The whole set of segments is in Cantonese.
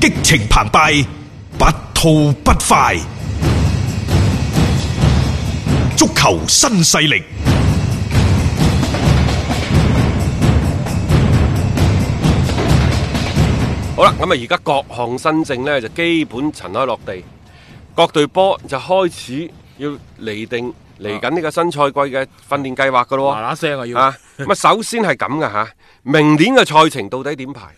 激情澎湃，不吐不快。足球新勢力。好啦，咁啊，而家各項新政呢，就基本塵埃落地，各隊波就開始要釐定嚟緊呢個新賽季嘅訓練計劃噶咯喎。嗱嗱聲啊要啊，咁啊，首先係咁噶吓，明年嘅賽程到底點排？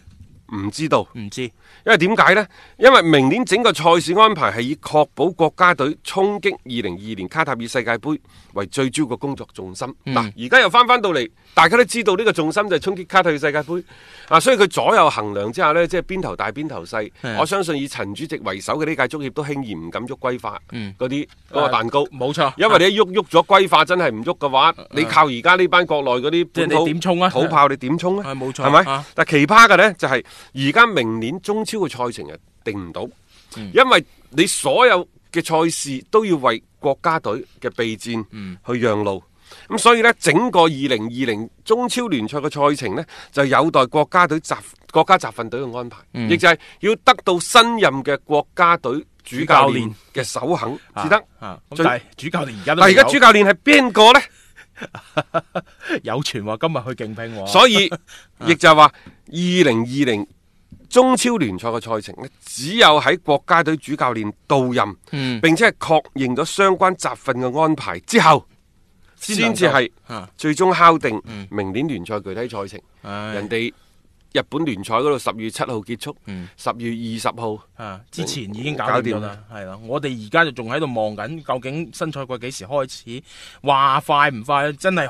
唔知道，唔知因為點解呢？因為明年整個賽事安排係以確保國家隊衝擊二零二二年卡塔爾世界盃為最主要嘅工作重心。嗱、而家又翻翻到嚟，大家都知道呢個重心就係衝擊卡塔爾世界盃啊，所以佢左右衡量之下呢，即係邊頭大邊頭細。係我相信以陳主席為首嘅呢屆足協都輕易唔敢喐歸化嗰啲嗰個蛋糕。冇錯因為你一喐喐咗歸化，真係唔喐嘅話，你靠而家呢班國內嗰啲啊即本係你土點衝啊土炮你點衝啊？係冇錯係咪啊？但奇葩嘅呢，就係而家明年中超嘅賽程啊定唔到，嗯因為你所有嘅賽事都要為國家隊嘅備戰嗯去讓路。咁所以呢，整個二零二零中超聯賽嘅賽程呢，就有待國家隊集國家集訓隊嘅安排，嗯亦就係要得到新任嘅國家隊主教練嘅首肯至得。啊，咁最但係主教練而家都但而家未有主教練係邊個呢？有傳話今日去競聘喎， 所以亦就係話，二零二零中超聯賽嘅賽程咧，只有喺國家隊主教練到任，嗯並且係確認咗相關集訓嘅安排之後，先先至能夠係啊嗯最終敲定明年聯賽具體賽程。唉人哋日本聯賽嗰度十月七號結束，嗯十月二十號。啊，之前已經搞搞掂掂啊咗啦，係啦，我哋而家就仲喺度望緊，究竟新賽季幾時開始？話快唔快？真係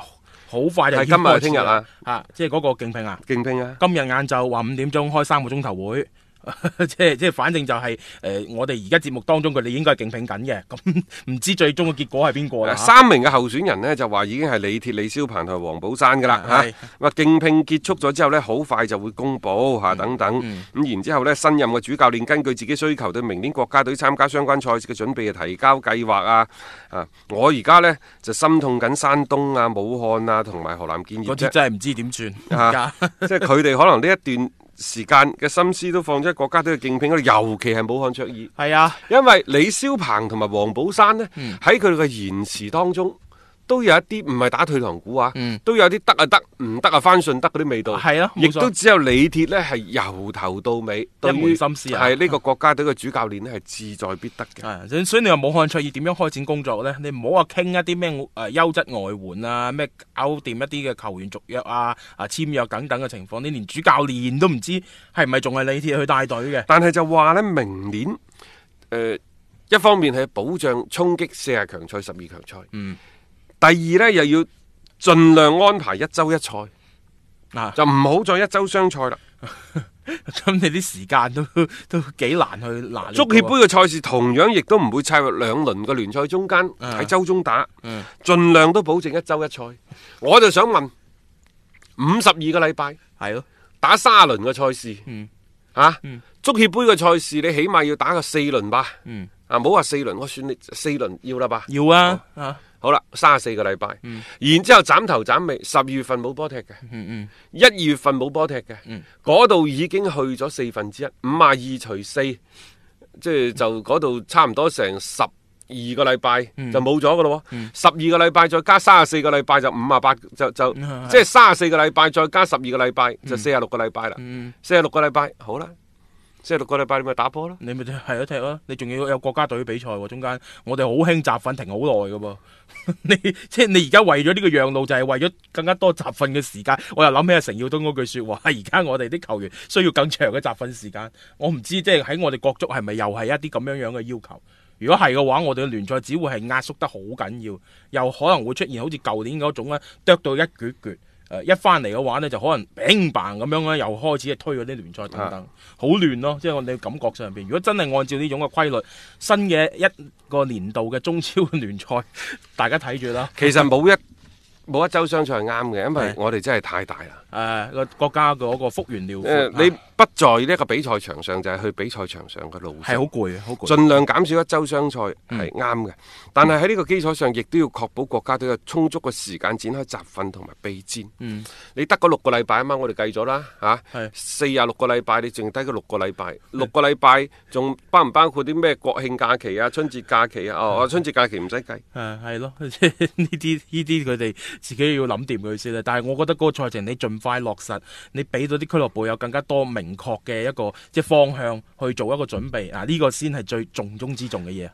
好快就已經係今日定開始聽日啊！啊，即係嗰個競聘啊！競聘啊！今日晏晝話五點鐘開三個鐘頭會。 即係即係，反正就係、誒、我哋而家節目當中佢哋應該係競聘緊嘅，咁唔知最終嘅結果係邊個啦？啊三名嘅候選人呢，就話已經係李鐵、李霄鵬同埋黃寶山噶啦嚇。係咁啊競聘結束咗之後呢，好快就會公佈嗯嚇、等等。咁、然之後呢，新任嘅主教練根據自己需求對明年國家隊參加相關賽事嘅準備提交計劃啊。啊，我而家呢，就心痛緊山東啊、武漢啊同埋河南建業嗰啫啲真係唔知點算，而家啊， 即係佢哋可能呢一段時間嘅心思都放咗喺國家隊嘅競聘嗰度，尤其係武漢卓爾。 係啊，因為李霄鵬同埋黃寶山呢，嗯喺佢哋嘅言辭當中，都有一啲唔係打退堂鼓啊，都有啲得啊得，唔得啊翻順德嗰啲味道。係啊亦嗯冇錯都只有李鐵呢係由頭到尾，對於門心思啊係呢個國家隊嘅主教練呢係志在必得嘅。啊，所以所以你話武漢卓爾點樣開展工作呢？你唔好話傾一啲咩誒優質外援啊，咩搞掂一啲嘅球員續約啊、啊簽約等等嘅情況，你連主教練都唔知係咪仲係李鐵去帶隊嘅？但係就話呢，明年誒、呃一方面係保障衝擊四十強賽、十二強賽，嗯第二呢又要盡量安排一周一賽，啊，就唔好再一周雙賽啦。咁你啲時間都都幾難去拿捏嘅喎。足協杯嘅賽事同樣亦都唔會策略兩輪嘅聯賽中間嗯喺周中打嗯，盡量都保證一周一賽。我就想問，五十二個禮拜係咯，打三輪嘅賽事嗯，嚇足協杯嘅賽事你起碼要打個四輪吧？嗯啊，唔好話四輪，我算你四輪要啦吧？要啊，啊，好啦，三十四個禮拜，然之後斬頭斬尾，十二月份冇波踢嘅，嗯一二月份冇波踢嘅，嗰度、已經去咗四分之一，五廿二除四，即係就嗰度差唔多成十二個禮拜嗯就冇咗噶咯喎，十二個禮拜再加三十四個禮拜就五廿八，就 就嗯即係三十四個禮拜再加十二個禮拜就四十六個禮拜啦，嗯，四十六個禮拜好啦，四十六個禮拜你咪打波咯。你咪就係咯踢咯，你仲要有國家隊比賽喎，中間我哋好興集訓停好耐嘅噃。 你即係你而家為咗呢個讓路，就係為咗更加多集訓嘅時間。我又諗起阿成耀東嗰句説話，而家我哋啲球員需要更長嘅集訓時間。我唔知即係喺我哋國足係咪又係一啲咁樣樣嘅要求？如果係嘅話，我哋嘅聯賽只會係壓縮得好緊要，又可能會出現好似舊年嗰種咧，剁到一橛橛。誒、一翻嚟嘅話呢，就可能砰啊砰咁樣咧，又開始推嗰啲聯賽等等，好亂咯。即係我哋感覺上邊，如果真係按照呢種嘅規律，新嘅一個年度嘅中超聯賽，大家睇住啦。 其實冇一冇一周商賽係啱嘅，因為係我哋真係太大啦。诶個國家嗰個幅員遼誒、闊，呃你不在呢一個比賽場上，就係、去比賽場上嘅路係好嗯上。攰，啊好攰。盡量減少一周雙賽係啱嘅，但係喺呢個基礎上，亦都要確保國家隊有充足嘅時間展開集訓同埋備戰。嗯，你得嗰六個禮拜啊嘛，我哋計咗啦嚇係，嗯四廿六個禮拜，你剩低嗰六個禮拜，六個禮拜仲包唔包括啲咩國慶假期啊、春節假期啊？嗯哦，春節假期唔使計。誒係咯， 即係呢啲呢啲佢哋自己要諗掂佢先啦。但係我覺得嗰個賽程你盡快落實，你俾到啲俱樂部有更加多明確嘅一個即係方向去做一個準備啊！呢、個先係最重中之重嘅嘢。